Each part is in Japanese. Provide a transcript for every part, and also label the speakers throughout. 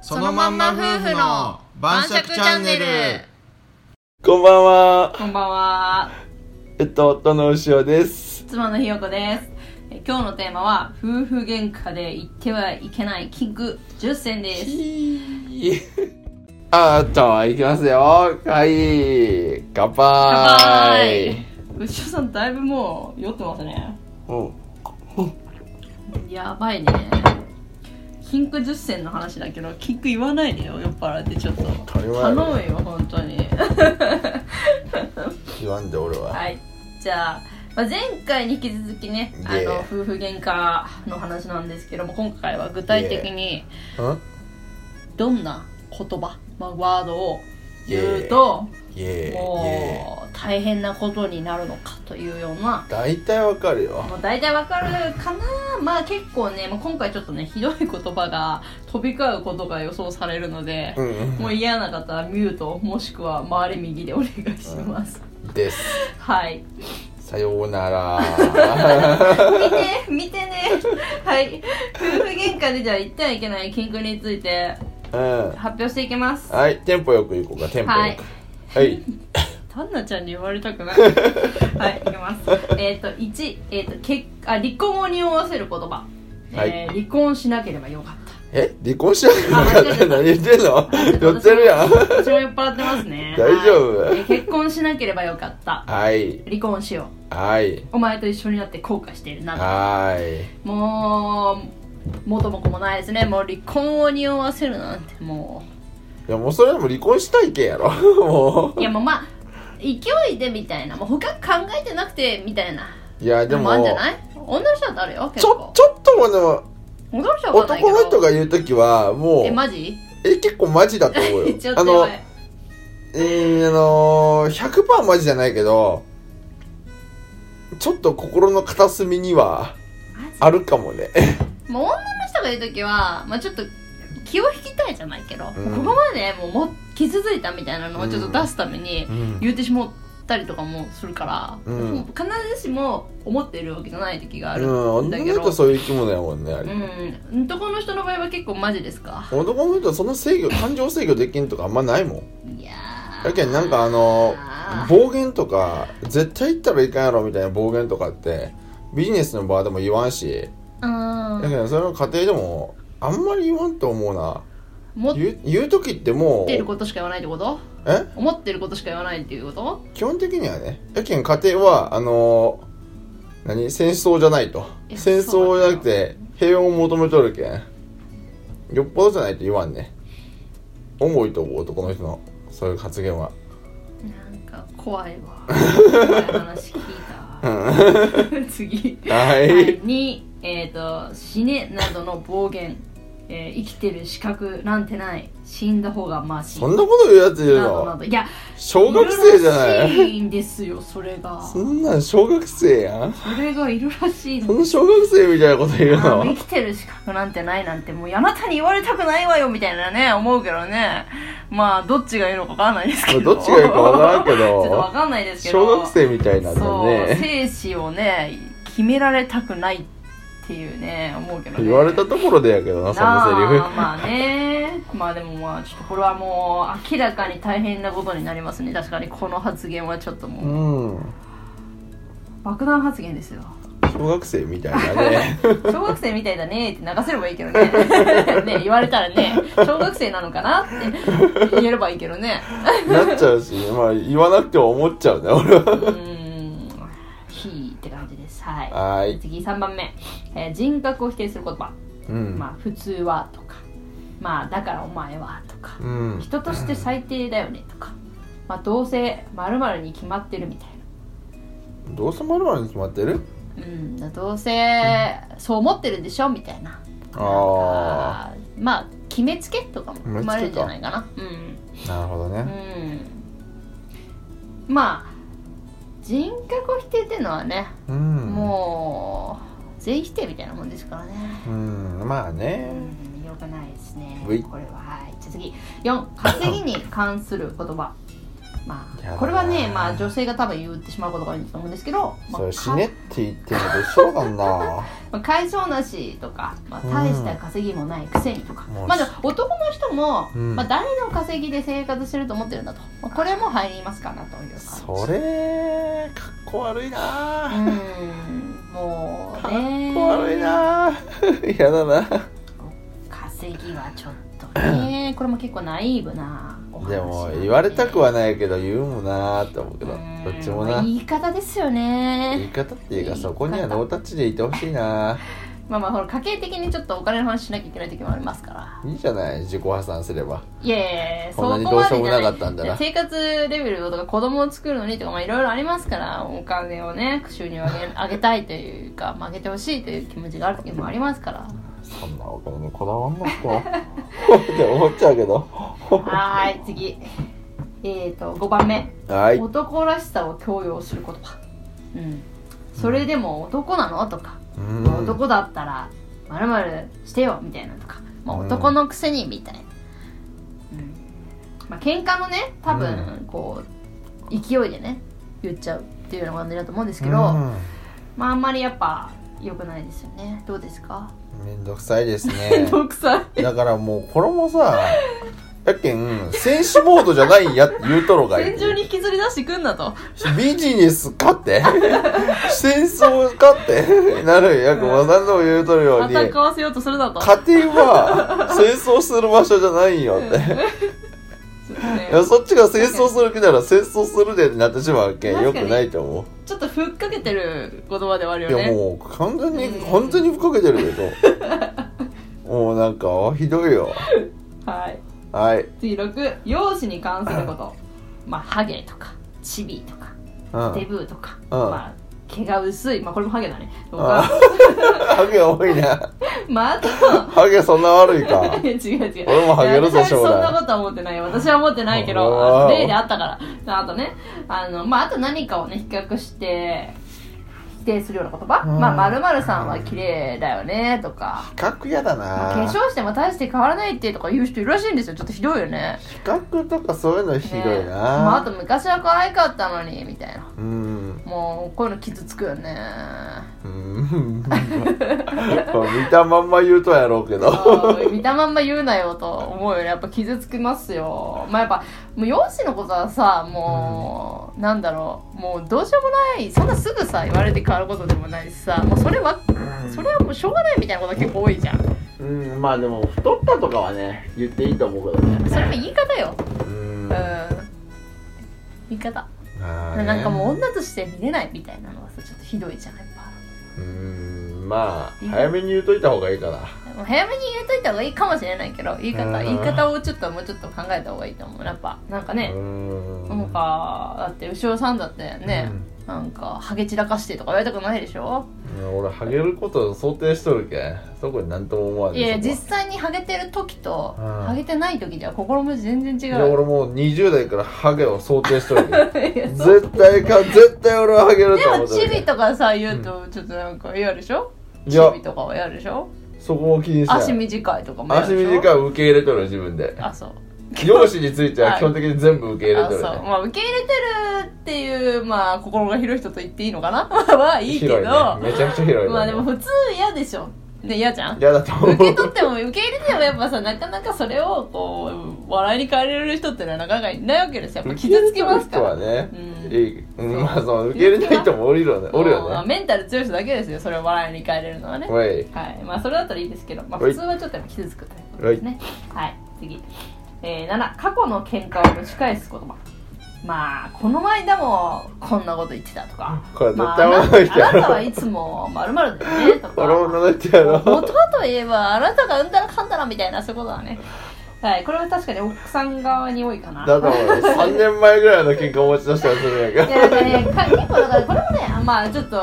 Speaker 1: そのまんま夫婦の晩酌チャンネル
Speaker 2: こんばんは。
Speaker 3: こんばんは。
Speaker 2: えっと、夫の牛尾です。
Speaker 3: 妻のひよこです。え今日のテーマは夫婦喧嘩で言ってはいけない禁句10選です。
Speaker 2: あーと、いきますよ。はい。乾杯。
Speaker 3: 牛尾さんだいぶもう酔ってますね。
Speaker 2: うん
Speaker 3: やばいね。禁句10選の話だけど禁句言わないでよ酔っ払ってちょっと。
Speaker 2: 当たり前
Speaker 3: 頼
Speaker 2: だろ
Speaker 3: むよ本当に。
Speaker 2: 言わんで俺は。
Speaker 3: はい。じゃあ。まあ前回に引き続きね、あ
Speaker 2: イエー
Speaker 3: の夫婦喧嘩の話なんですけども今回は具体的に
Speaker 2: うん
Speaker 3: どんな言葉、まあ、ワードを言うと
Speaker 2: イエーイ。
Speaker 3: もう大変なことになるのかというような
Speaker 2: 大体わかるよ。
Speaker 3: もう大体わかるかなまあ結構ね、まあ、今回ちょっとねひどい言葉が飛び交うことが予想されるので
Speaker 2: う、ん
Speaker 3: もう嫌な方はミュートもしくは回れ右でお願いします、
Speaker 2: うん。です。
Speaker 3: はい
Speaker 2: さよう なら。
Speaker 3: 見て見てねはい夫婦喧嘩でじゃあ言ってはいけない禁句について
Speaker 2: うん。
Speaker 3: 発表していきます
Speaker 2: はい。テンポよく行こうか、テンポよく。はい。
Speaker 3: タンナちゃんに言われた くないはいいきますえっ、と1、えー、と結あ離婚を匂わせる言葉、
Speaker 2: はい
Speaker 3: えー離婚しなければよかっ
Speaker 2: え離婚しなきゃよかった何言ってん の
Speaker 3: た
Speaker 2: 寄ってるやん。
Speaker 3: 私も酔っ払ってます ね
Speaker 2: 大丈夫
Speaker 3: はいえー結婚しなければよかった
Speaker 2: はい。
Speaker 3: 離婚しよう
Speaker 2: はい。
Speaker 3: お前と一緒になって後悔しているな
Speaker 2: はい。
Speaker 3: もう元も子もないですねもう離婚を匂わせるなんても
Speaker 2: いやもうそれはもう離婚したいけんやろ も
Speaker 3: ういやもうまあ勢いでみたいなもう他考えてなくてみたいな
Speaker 2: ういやで
Speaker 3: で
Speaker 2: も
Speaker 3: もあんじゃない女の人だってあるよ
Speaker 2: ち
Speaker 3: 結
Speaker 2: ょ
Speaker 3: 構
Speaker 2: ちょっともでも
Speaker 3: 女の人はわかんないけ
Speaker 2: 男
Speaker 3: ど
Speaker 2: の人が言う時はもう
Speaker 3: えマジ
Speaker 2: え結構マジだと思うよ
Speaker 3: ちょっ
Speaker 2: あ
Speaker 3: とやば
Speaker 2: の
Speaker 3: い
Speaker 2: えー、あのー、100%マジじゃないけどちょっと心の片隅にはあるか もね
Speaker 3: もう女の人がいる時は、まあ、ちょっと気を引きたいじゃないけど、
Speaker 2: ん
Speaker 3: ここまでもうも傷ついたみたいなのをちょっと出すために
Speaker 2: うん
Speaker 3: 言ってしまったりとかもするから、
Speaker 2: うん
Speaker 3: もう必ずしも思っているわけじゃない時があ
Speaker 2: う
Speaker 3: る
Speaker 2: ん
Speaker 3: ん
Speaker 2: 女の
Speaker 3: だけど、
Speaker 2: 人そういう生き物やもんねあれ、
Speaker 3: うん男の人の場合は結構マジですか
Speaker 2: 男の人はその制御感情制御できんとかあんまないもん
Speaker 3: いやー
Speaker 2: だけどなんかあの
Speaker 3: あー
Speaker 2: 暴言とか絶対言ったらいかんやろみたいな暴言とかってビジネスの場でも言わんしだけ
Speaker 3: うん
Speaker 2: どそれは家庭でもあんまり言わんと思うな
Speaker 3: 持っ
Speaker 2: 言う言う時ってもう
Speaker 3: てることしか言わないってこと
Speaker 2: え
Speaker 3: 思ってることしか言わないっていうこと
Speaker 2: 基本的にはねやけん家庭はあのー何戦争じゃないと
Speaker 3: いや
Speaker 2: 戦争じゃなくて平穏を求めとるけんよっぽどじゃないと言わんね重いと思う男の人のそういう発言は
Speaker 3: なんか怖いわ怖い話聞いた 次
Speaker 2: はい
Speaker 3: はい、に、えっ、と、死ねなどの暴言、えー生きてる資格なんてない、死んだ方がマシ。
Speaker 2: そんなこと言うやついる
Speaker 3: などな
Speaker 2: の
Speaker 3: ど。いや、
Speaker 2: 小学生じゃない
Speaker 3: いるらしいんですよ、それが。
Speaker 2: そんなん小学生やん
Speaker 3: それがいるらしい
Speaker 2: そ
Speaker 3: の。
Speaker 2: の小学生みたいなこと言う
Speaker 3: あの生
Speaker 2: の
Speaker 3: きてる資格なんてないなんてもうあなたに言われたくないわよみたいなね思うけどねまあどっちがいいのかわからないですけど
Speaker 2: どっちがいいかわからんけど
Speaker 3: ちょっとわかんないですけど
Speaker 2: 小学生みたいなんだ
Speaker 3: そう
Speaker 2: ね
Speaker 3: 生死をね決められたくないっていうね思うけどね
Speaker 2: 言われたところでやけどなそのセリ
Speaker 3: あー
Speaker 2: フ
Speaker 3: まあねまあでもまあちょっとこれはもう明らかに大変なことになりますね確かにこの発言はちょっと
Speaker 2: う
Speaker 3: もうん爆弾発言ですよ
Speaker 2: 小学生みたいなね
Speaker 3: 小学生みたいだねって流せればいいけどねね言われたらね小学生なのかなって言えればいいけどね
Speaker 2: なっちゃうしまあ言わなくても思っちゃうね俺は
Speaker 3: うーんひーって感じですは
Speaker 2: はいい
Speaker 3: 次3番目、えー人格を否定する言葉
Speaker 2: うん、
Speaker 3: まあ普通はとかまあだからお前はとか
Speaker 2: うん
Speaker 3: 人として最低だよねとか、まあ、どうせ〇〇に決まってるみたい
Speaker 2: どうせまるまるに決まってる
Speaker 3: な、うん、どうせそう思ってるんでしょみたいな
Speaker 2: あ
Speaker 3: あまあ決めつけとかも生まれるんじゃないかな
Speaker 2: あなるほど
Speaker 3: うん、
Speaker 2: ね
Speaker 3: うん、まあ人格を否定っていうのはね、
Speaker 2: うん
Speaker 3: もう全否定みたいなもんですからね、
Speaker 2: うんまあね
Speaker 3: うん、よくないですね
Speaker 2: うい
Speaker 3: これははいじゃあ次4稼ぎに関する言葉ま
Speaker 2: やだ
Speaker 3: あ
Speaker 2: な
Speaker 3: これはね、まあ、女性が多分言ってしまうことが多いと思うんですけど、まあ
Speaker 2: それ
Speaker 3: か
Speaker 2: 死ねって言ってるのと一緒だからな
Speaker 3: まあ、買いそうなしとか、まあ、
Speaker 2: うん
Speaker 3: 大した稼ぎもないくせにとか、
Speaker 2: もう
Speaker 3: まあ、でも男の人も、
Speaker 2: うん
Speaker 3: まあ、誰の稼ぎで生活してると思ってるんだと、まあ、これも入りますかなという感じ
Speaker 2: それかっこ悪いな
Speaker 3: うーんもうね
Speaker 2: 悪いな やだな
Speaker 3: 稼ぎはちょっとねこれも結構ナイーブなお話
Speaker 2: でも言われたく
Speaker 3: は
Speaker 2: はないけど言うもんなーって思うけどどっちもな
Speaker 3: 言い方ですよ
Speaker 2: 言い
Speaker 3: ね
Speaker 2: 方っていうか
Speaker 3: 言い方
Speaker 2: そこにはノータッチでいてほしいな
Speaker 3: まあまあほら家計的にちょっとお金の話しなきゃいけない時もありますから
Speaker 2: いいじゃない自己破産すれば
Speaker 3: いやいやいやそ
Speaker 2: こんなに
Speaker 3: こ
Speaker 2: どう
Speaker 3: ま
Speaker 2: しようも
Speaker 3: でじゃ
Speaker 2: なか
Speaker 3: ない
Speaker 2: ったんだな
Speaker 3: 生活レベルとか子供を作るのにとかまあいろいろありますからお金をね収入を上げ上げたいというかまあ上げてほしいという気持ちがある時もありますから
Speaker 2: そんなお金にこだわんなくても って思っちゃうけど
Speaker 3: はーい次えっ、ー、と5番目
Speaker 2: はい
Speaker 3: 男らしさを強要する言葉、うん、それでも男なのとか、
Speaker 2: うん
Speaker 3: まあ男だったらまるまるしてよみたいなとか、まあ、
Speaker 2: うん
Speaker 3: 男のくせにみたいな、うんまあ喧嘩のね多
Speaker 2: う
Speaker 3: 分こう勢いでね言っちゃうっていうような感じだと思うんですけど、まああんまりやっぱ良くないですよねどうですか
Speaker 2: うんめんどくさいです
Speaker 3: 面
Speaker 2: ね
Speaker 3: 倒くさい
Speaker 2: だからもうこれもさやっけん選手モードじゃないや言うとろがい
Speaker 3: 戦場に引きずり出してくんなと
Speaker 2: ビジネスかって戦争かってなるやくまさんの言うとるように
Speaker 3: 戦わせようとするなと
Speaker 2: 家庭は戦争する場所じゃないよって
Speaker 3: ちょっとね
Speaker 2: いやそっちが戦争する気なら戦争するでってなってしまうけんよ
Speaker 3: 確か
Speaker 2: く
Speaker 3: に
Speaker 2: ないと思
Speaker 3: ちょっとふっかけてる言葉ではある
Speaker 2: う、
Speaker 3: よ
Speaker 2: い
Speaker 3: ね
Speaker 2: やもう完全に、
Speaker 3: うん
Speaker 2: 完全に吹っかけてるけどもうなんかひどいよ
Speaker 3: はい
Speaker 2: はい
Speaker 3: 次6容姿に関することまあハゲとかチビとか
Speaker 2: うん
Speaker 3: デブーとか、
Speaker 2: ん
Speaker 3: まあ毛が薄いまあこれもハゲだねと
Speaker 2: あ
Speaker 3: か
Speaker 2: ハゲ多いな
Speaker 3: まああと
Speaker 2: ハゲそんな悪い か
Speaker 3: 違う違う
Speaker 2: 俺もハゲるぞ
Speaker 3: いや私
Speaker 2: 将来
Speaker 3: はそんなことは思ってない私は思ってないけ
Speaker 2: う
Speaker 3: ど
Speaker 2: わ
Speaker 3: あの例であったからあとねあのまああと何かをね比較して否定するような言葉
Speaker 2: うん
Speaker 3: まあ〇〇さんは綺麗だよねとか
Speaker 2: 格やだな
Speaker 3: 化粧しても大して変わらないってとか言う人いるらしいんですよちょっとひどいよね
Speaker 2: 比較とかそういうのひどいな、
Speaker 3: ねまあ、あと昔は可愛かったのにみたいな
Speaker 2: うん
Speaker 3: もうこういうの傷つく よね
Speaker 2: うん見たまんま言うとやろうけ
Speaker 3: あ
Speaker 2: ど
Speaker 3: ー見たまんま言うなよと思うよねやっぱ傷つきますよまあやっぱもう容姿のことはさもう、なんだろうもうどうしようもないそんなすぐさ言われて変わることでもないしさもうそれはそれはもうしょうがないみたいなことが結構多いじゃん
Speaker 2: うんまあでも太ったとかはね言っていいと思うけどね
Speaker 3: それも言い方よ
Speaker 2: うん
Speaker 3: うん言い方
Speaker 2: あーね
Speaker 3: なんかもう女として見れないみたいなのはさちょっとひどいじゃんやっぱ
Speaker 2: うーんまあ早めに言うといた方がいいかな
Speaker 3: もう早めに言うといた方がいいかもしれないけど言い
Speaker 2: うん
Speaker 3: 方言い方をちょっともうちょっと考えた方がいいと思うやっぱなんかね
Speaker 2: うーん
Speaker 3: なんかだって牛尾さんだってね、なんかハゲ散らかしてとか言われたくないでしょ
Speaker 2: うん俺ハゲることを想定しとるけんそこになんとも思わん
Speaker 3: い
Speaker 2: ね
Speaker 3: や
Speaker 2: そこは
Speaker 3: 実際にハゲてる時と
Speaker 2: うん
Speaker 3: ハゲてない時では心持ち全然違
Speaker 2: いや
Speaker 3: う
Speaker 2: 俺もう20代からハゲを想定しとるけん
Speaker 3: いや そう
Speaker 2: 絶対か絶対俺はハゲる
Speaker 3: で
Speaker 2: と思
Speaker 3: も
Speaker 2: っとる
Speaker 3: チ
Speaker 2: け
Speaker 3: ビ
Speaker 2: ん
Speaker 3: とかさ言うとちょっとなんか嫌でしょ
Speaker 2: い
Speaker 3: チ
Speaker 2: や
Speaker 3: ビとかは嫌でしょ
Speaker 2: そこも気にしない
Speaker 3: 足短いとかも嫌で
Speaker 2: 足
Speaker 3: しょ
Speaker 2: 短いを受け入れとる自分で
Speaker 3: あそう
Speaker 2: 容姿については基本的に全部受け入れ
Speaker 3: あ
Speaker 2: と
Speaker 3: そう
Speaker 2: るね
Speaker 3: まあ、受け入れてるっていう、まあ、心が広い人と言っていいのかな はいいけど、
Speaker 2: 広いねめちゃくちゃ広いね
Speaker 3: まあでも普通嫌でしょね嫌じゃん
Speaker 2: 嫌だと思う
Speaker 3: 受け取っても受け入れてもやっぱさなかなかそれをこう笑いに変えれる人ってのはなかなかいないわけですよやっぱ傷つきますか
Speaker 2: 受
Speaker 3: ら
Speaker 2: け入れとる人はね、
Speaker 3: うん
Speaker 2: いいうんまあその受け入れない人もおるよねおる
Speaker 3: もうま
Speaker 2: よ
Speaker 3: あ
Speaker 2: ね
Speaker 3: メンタル強い人だけですよそれを笑いに変えれるのはね
Speaker 2: おい
Speaker 3: はいまあそれだったらいいですけど、まあ、
Speaker 2: はい
Speaker 3: 普通はちょっとやっぱ傷つくということですねはい次、えー、7過去の喧嘩をぶち返す言葉まあこの間もこんなこと言ってたとか
Speaker 2: これ絶
Speaker 3: まあ、
Speaker 2: 対
Speaker 3: あな
Speaker 2: 女の人
Speaker 3: あ
Speaker 2: や
Speaker 3: なた
Speaker 2: ろ
Speaker 3: はいつもまるまるだよねとか
Speaker 2: これ女の 人や
Speaker 3: 元
Speaker 2: ろ
Speaker 3: といえばあなたが産んだらかんだらみたいなそういうことだねはいこれは確かに奥さん側に多いかな
Speaker 2: だと思うよ3年前ぐらいの喧嘩を持ち出したりするんや
Speaker 3: い
Speaker 2: んか
Speaker 3: やなんかねか結構だからこれもねあまあちょっと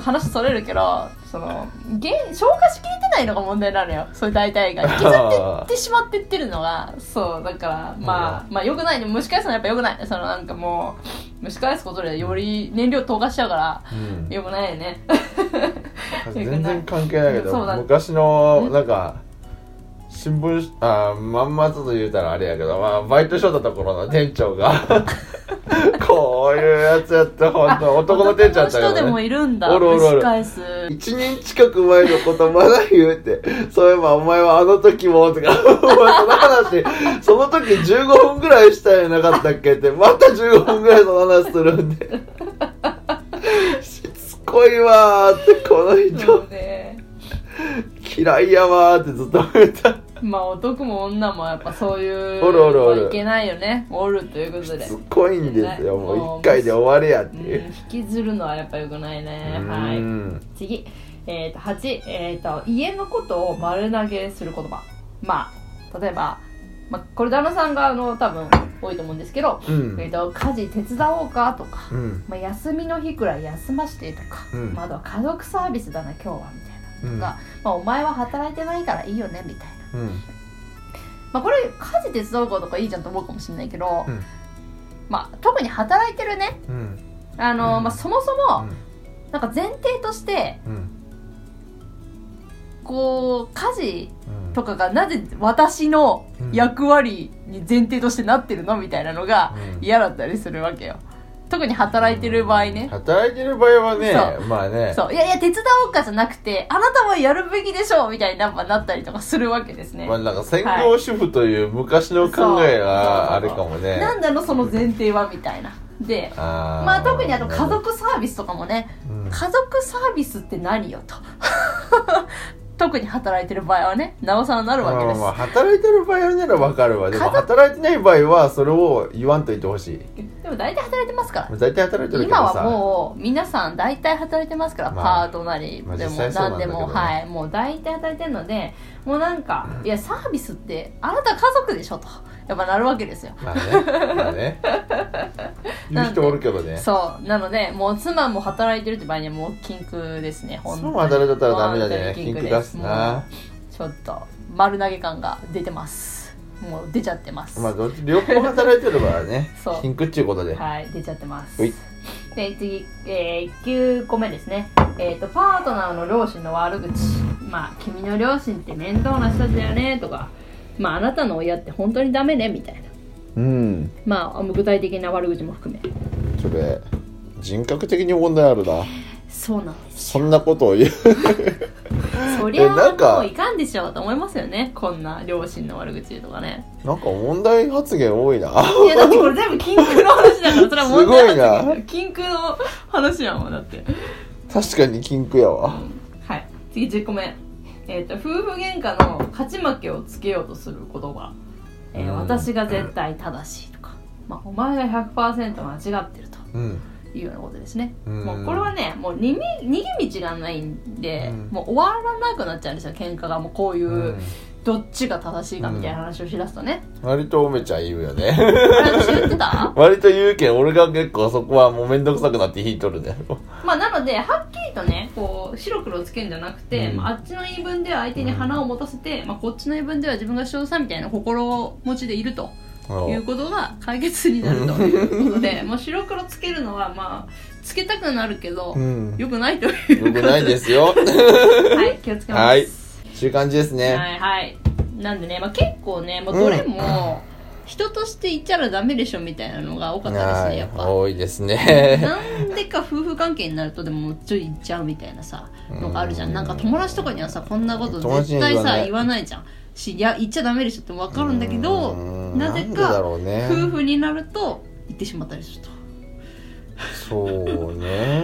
Speaker 3: 話それるけどその原消化しきれてないのが問題なのよそういう大体が引きずってってしまってってるのがそうだからまあまあよくないね蒸し返すのはやっぱよくないそのなんかもう蒸し返すことでより燃料投下しちゃうから
Speaker 2: うん
Speaker 3: よくないよね
Speaker 2: 全然関係ないけ
Speaker 3: そう
Speaker 2: ど
Speaker 3: だ
Speaker 2: 昔のなんか新 聞あーまんまちょっと言うたらあれやけど、まあ、バイトしよったところの店長がそういうやつやった本当男の店長だった から、
Speaker 3: 男の人でも
Speaker 2: ね、
Speaker 3: いるんだ
Speaker 2: おるおるおる
Speaker 3: 蒸し返す
Speaker 2: 1年近く前のことまだ言うってそういえばお前はあの時もとか お前その話その時15分ぐらいしたんやなかったっけってまた15分ぐらいその話するん でしつこいわーってこの
Speaker 3: そ
Speaker 2: 人
Speaker 3: うね
Speaker 2: 嫌いやわーってずっと言った
Speaker 3: まあ男も女もやっぱそういう
Speaker 2: おるおるおる
Speaker 3: いけないよねおるということで
Speaker 2: しつこいんですよもう1回で終わりやって
Speaker 3: うん、
Speaker 2: いう
Speaker 3: 引きずるのはやっぱ良くないねは
Speaker 2: う
Speaker 3: い
Speaker 2: ん
Speaker 3: 次えー、と8、えー、と家のことを丸投げする言葉まあ例えば、まあ、これ旦那さんがあの多分多いと思うんですけど、
Speaker 2: うん
Speaker 3: えー、と家事手伝おうかとか、
Speaker 2: うん
Speaker 3: まあ、休みの日くらい休ましてとか、
Speaker 2: うん
Speaker 3: まあ、あとは家族サービスだな今日はみたいな
Speaker 2: うん
Speaker 3: がまあ、お前は働いてないからいいよねみたいな、
Speaker 2: うん
Speaker 3: まあ、これ家事手伝うことかいいじゃんと思うかもしれないけど、
Speaker 2: うん
Speaker 3: まあ、特に働いてるね
Speaker 2: うん
Speaker 3: あの、
Speaker 2: うん
Speaker 3: まあ、そもそもなんか前提として
Speaker 2: うん
Speaker 3: こう家事
Speaker 2: うん
Speaker 3: とかがなぜ私の役割に前提としてなってるのみたいなのが
Speaker 2: うん
Speaker 3: 嫌だったりするわけよ特に働いてる場合ね、
Speaker 2: 働いてる場合はね
Speaker 3: そ
Speaker 2: まあね
Speaker 3: そういやいや手伝おうかじゃなくてあなたもやるべきでしょうみたいなやっぱなったりとかするわけですね、
Speaker 2: まあなんか専業主婦という昔の考えがあ
Speaker 3: そう
Speaker 2: るかもね
Speaker 3: なんだのその前提はみたいなで
Speaker 2: あー
Speaker 3: まあ特にあの家族サービスとかもね
Speaker 2: うん
Speaker 3: 家族サービスって何よと 特に働いてる場合はねなおさらなるわけです、
Speaker 2: まあまあ働いてる場合ならわかるわでも
Speaker 3: 家族
Speaker 2: 働いてない場合はそれを言わんといてほしい
Speaker 3: でも大体働いてますから
Speaker 2: 大体働いてるけど
Speaker 3: 今
Speaker 2: さ
Speaker 3: はもう皆さん大体働いてますから、
Speaker 2: まあ
Speaker 3: パートなり
Speaker 2: まあ
Speaker 3: で
Speaker 2: 実
Speaker 3: も
Speaker 2: 際そうなんだ
Speaker 3: 何で
Speaker 2: けどね
Speaker 3: も、はいもう大体働いてるのでもうなんかいやサービスってあなた家族でしょとやっぱなるわけですよ
Speaker 2: まあねまあね言う人おるけどね
Speaker 3: そうなのでもう妻も働いてるって場合にはもう禁句ですね本
Speaker 2: そ
Speaker 3: 当
Speaker 2: う
Speaker 3: に
Speaker 2: まだれだったらダメだね
Speaker 3: 本当に
Speaker 2: 金
Speaker 3: 禁
Speaker 2: 句出
Speaker 3: 句ですす
Speaker 2: な
Speaker 3: ちょっと丸投げ感が出てますもう出ちゃってます、
Speaker 2: まあどっち両方働いてるからね
Speaker 3: そう
Speaker 2: 金句っちゅうことで
Speaker 3: はい出ちゃってます
Speaker 2: うい
Speaker 3: で次、えー、9個目ですね、えー、とパートナーの両親の悪口まあ君の両親って面倒な人たちだよねとかまああなたの親って本当にダメねみたいな
Speaker 2: うん
Speaker 3: まあ具体的な悪口も含め
Speaker 2: それ人格的に問題あるな
Speaker 3: そうなんです
Speaker 2: そんなことを言う
Speaker 3: そりゃ
Speaker 2: えなんか
Speaker 3: もういかんでしょうと思いますよねこんな両親の悪口言うとか ね
Speaker 2: なんか問題発言多いない
Speaker 3: やだってこれ全部禁句の話だからそれは問題なんだけど
Speaker 2: す
Speaker 3: 禁句の話やもんだって
Speaker 2: 確かに金句やわ
Speaker 3: はい次10個目えっ、と夫婦喧嘩の勝ち負けをつけようとする言葉、えー
Speaker 2: うん
Speaker 3: 私が絶対正しいとか、まあ、お前が100%間違ってると
Speaker 2: うん
Speaker 3: いうようなことですね、
Speaker 2: うん
Speaker 3: もうこれはねもう逃げ逃げ道がないんで、
Speaker 2: うん
Speaker 3: もう終わらなくなっちゃうんですよ喧嘩がもうこういう、
Speaker 2: うん
Speaker 3: どっちが正しいかみたいな話をしだすと ね、
Speaker 2: 割とおめちゃん言うよ ね
Speaker 3: これ私言ってた
Speaker 2: 割と言うけん俺が結構そこはもうめんどくさくなって引いとるね
Speaker 3: まあ、なのではっきりとねこう白黒つけるんじゃなくて、
Speaker 2: うん
Speaker 3: まあ、あっちの言い分では相手に花を持たせて、まあ、こっちの言い分では自分が主張さみたいな心持ちでいるということが解決になるということ で、もう白黒つけるのはまあつけたくなるけど、
Speaker 2: うん
Speaker 3: よくないという
Speaker 2: よくないです よ
Speaker 3: はい気をつけます
Speaker 2: は
Speaker 3: はいい、
Speaker 2: そういう感じですね、
Speaker 3: はいなんでね、まあ、結構ね、まあ、どれも人として言っちゃらダメでしょみたいなのが多かったですねやっぱ
Speaker 2: 多いですね
Speaker 3: なんでか夫婦関係になるとでもちょい行っちゃうみたいなさのがあるじゃ
Speaker 2: うん
Speaker 3: んなんか友達とかにはさこんなこと
Speaker 2: 友達
Speaker 3: 絶
Speaker 2: には言わ
Speaker 3: 対さ
Speaker 2: ない
Speaker 3: 言わないじゃんしいや言っちゃダメでしょって分かるんだけど
Speaker 2: うん
Speaker 3: なぜ
Speaker 2: んでだ
Speaker 3: か
Speaker 2: ろうね
Speaker 3: 夫婦になると言ってしまったりすると、
Speaker 2: そうね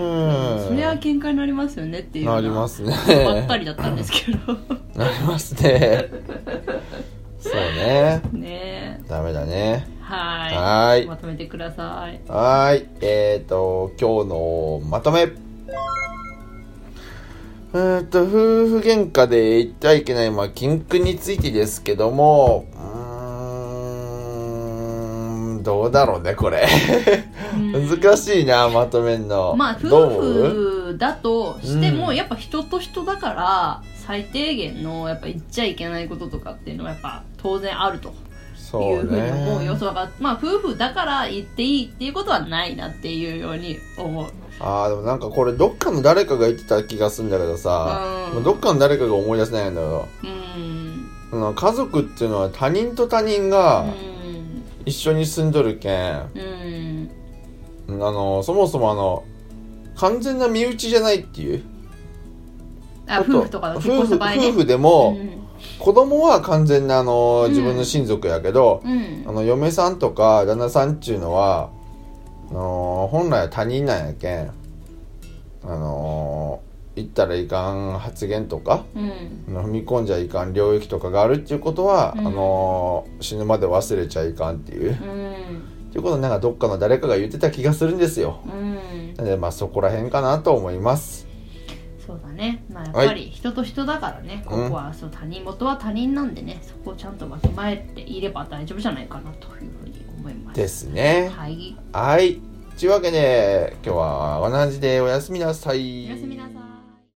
Speaker 3: それは喧嘩になりますよねっていうよう
Speaker 2: なりますね
Speaker 3: ばったりだったんですけど
Speaker 2: なりますねそうね
Speaker 3: ねえ
Speaker 2: ダメだね
Speaker 3: はい
Speaker 2: はーい
Speaker 3: まとめてください
Speaker 2: はーいえーと今日のまとめうーんと夫婦喧嘩で言ってはいけないまあ禁句についてですけどもうーんどうだろうねこれ
Speaker 3: う ん
Speaker 2: 難しいなまとめんの
Speaker 3: まあ
Speaker 2: どう
Speaker 3: 夫
Speaker 2: 思う
Speaker 3: 婦だとして
Speaker 2: う
Speaker 3: も
Speaker 2: ん
Speaker 3: やっぱ人と人だから最低限のやっぱ言っちゃいけないこととかっていうのはやっぱ当然あると
Speaker 2: そ
Speaker 3: いう
Speaker 2: う
Speaker 3: ふうに
Speaker 2: ね
Speaker 3: 思うよそうだからまあ夫婦だから言っていいっていうことはないなっていうように思う
Speaker 2: あーでもなんかこれどっかの誰かが言ってた気がするんだけどさ、
Speaker 3: うん
Speaker 2: もうどっかの誰かが思い出せないんだよ
Speaker 3: うーん
Speaker 2: その家族っていうのは他人と他人が
Speaker 3: うーん
Speaker 2: 一緒に住んどるけん、
Speaker 3: うーん
Speaker 2: あのそもそもあの完全な身内じゃないっていう
Speaker 3: あ夫婦とかの結婚した場合ね
Speaker 2: 夫婦夫婦で
Speaker 3: う
Speaker 2: も、
Speaker 3: ん
Speaker 2: 子供は完全なあの
Speaker 3: うん
Speaker 2: 自分の親族やけど、
Speaker 3: うん
Speaker 2: あの嫁さんとか旦那さんっちゅうのはあの本来は他人なんやけんあの言ったらいかん発言とか
Speaker 3: うん
Speaker 2: あの踏み込んじゃいかん領域とかがあるっていうことは、
Speaker 3: うん
Speaker 2: あの死ぬまで忘れちゃいかんっていう、
Speaker 3: う
Speaker 2: っ
Speaker 3: ん
Speaker 2: ていうことをなんかどっかの誰かが言ってた気がするんですよ
Speaker 3: うん
Speaker 2: なんでまあそこら辺かなと思います
Speaker 3: そうだねまあやっ
Speaker 2: はい
Speaker 3: ぱり人と人だからね、ここはそう他人元は他人なんでねそこをちゃんとわきまえていれば大丈夫じゃないかなというふうに思います
Speaker 2: ですね
Speaker 3: はい
Speaker 2: はいというわけで今日はこんな感じでおやすみなさい
Speaker 3: おやすみなさい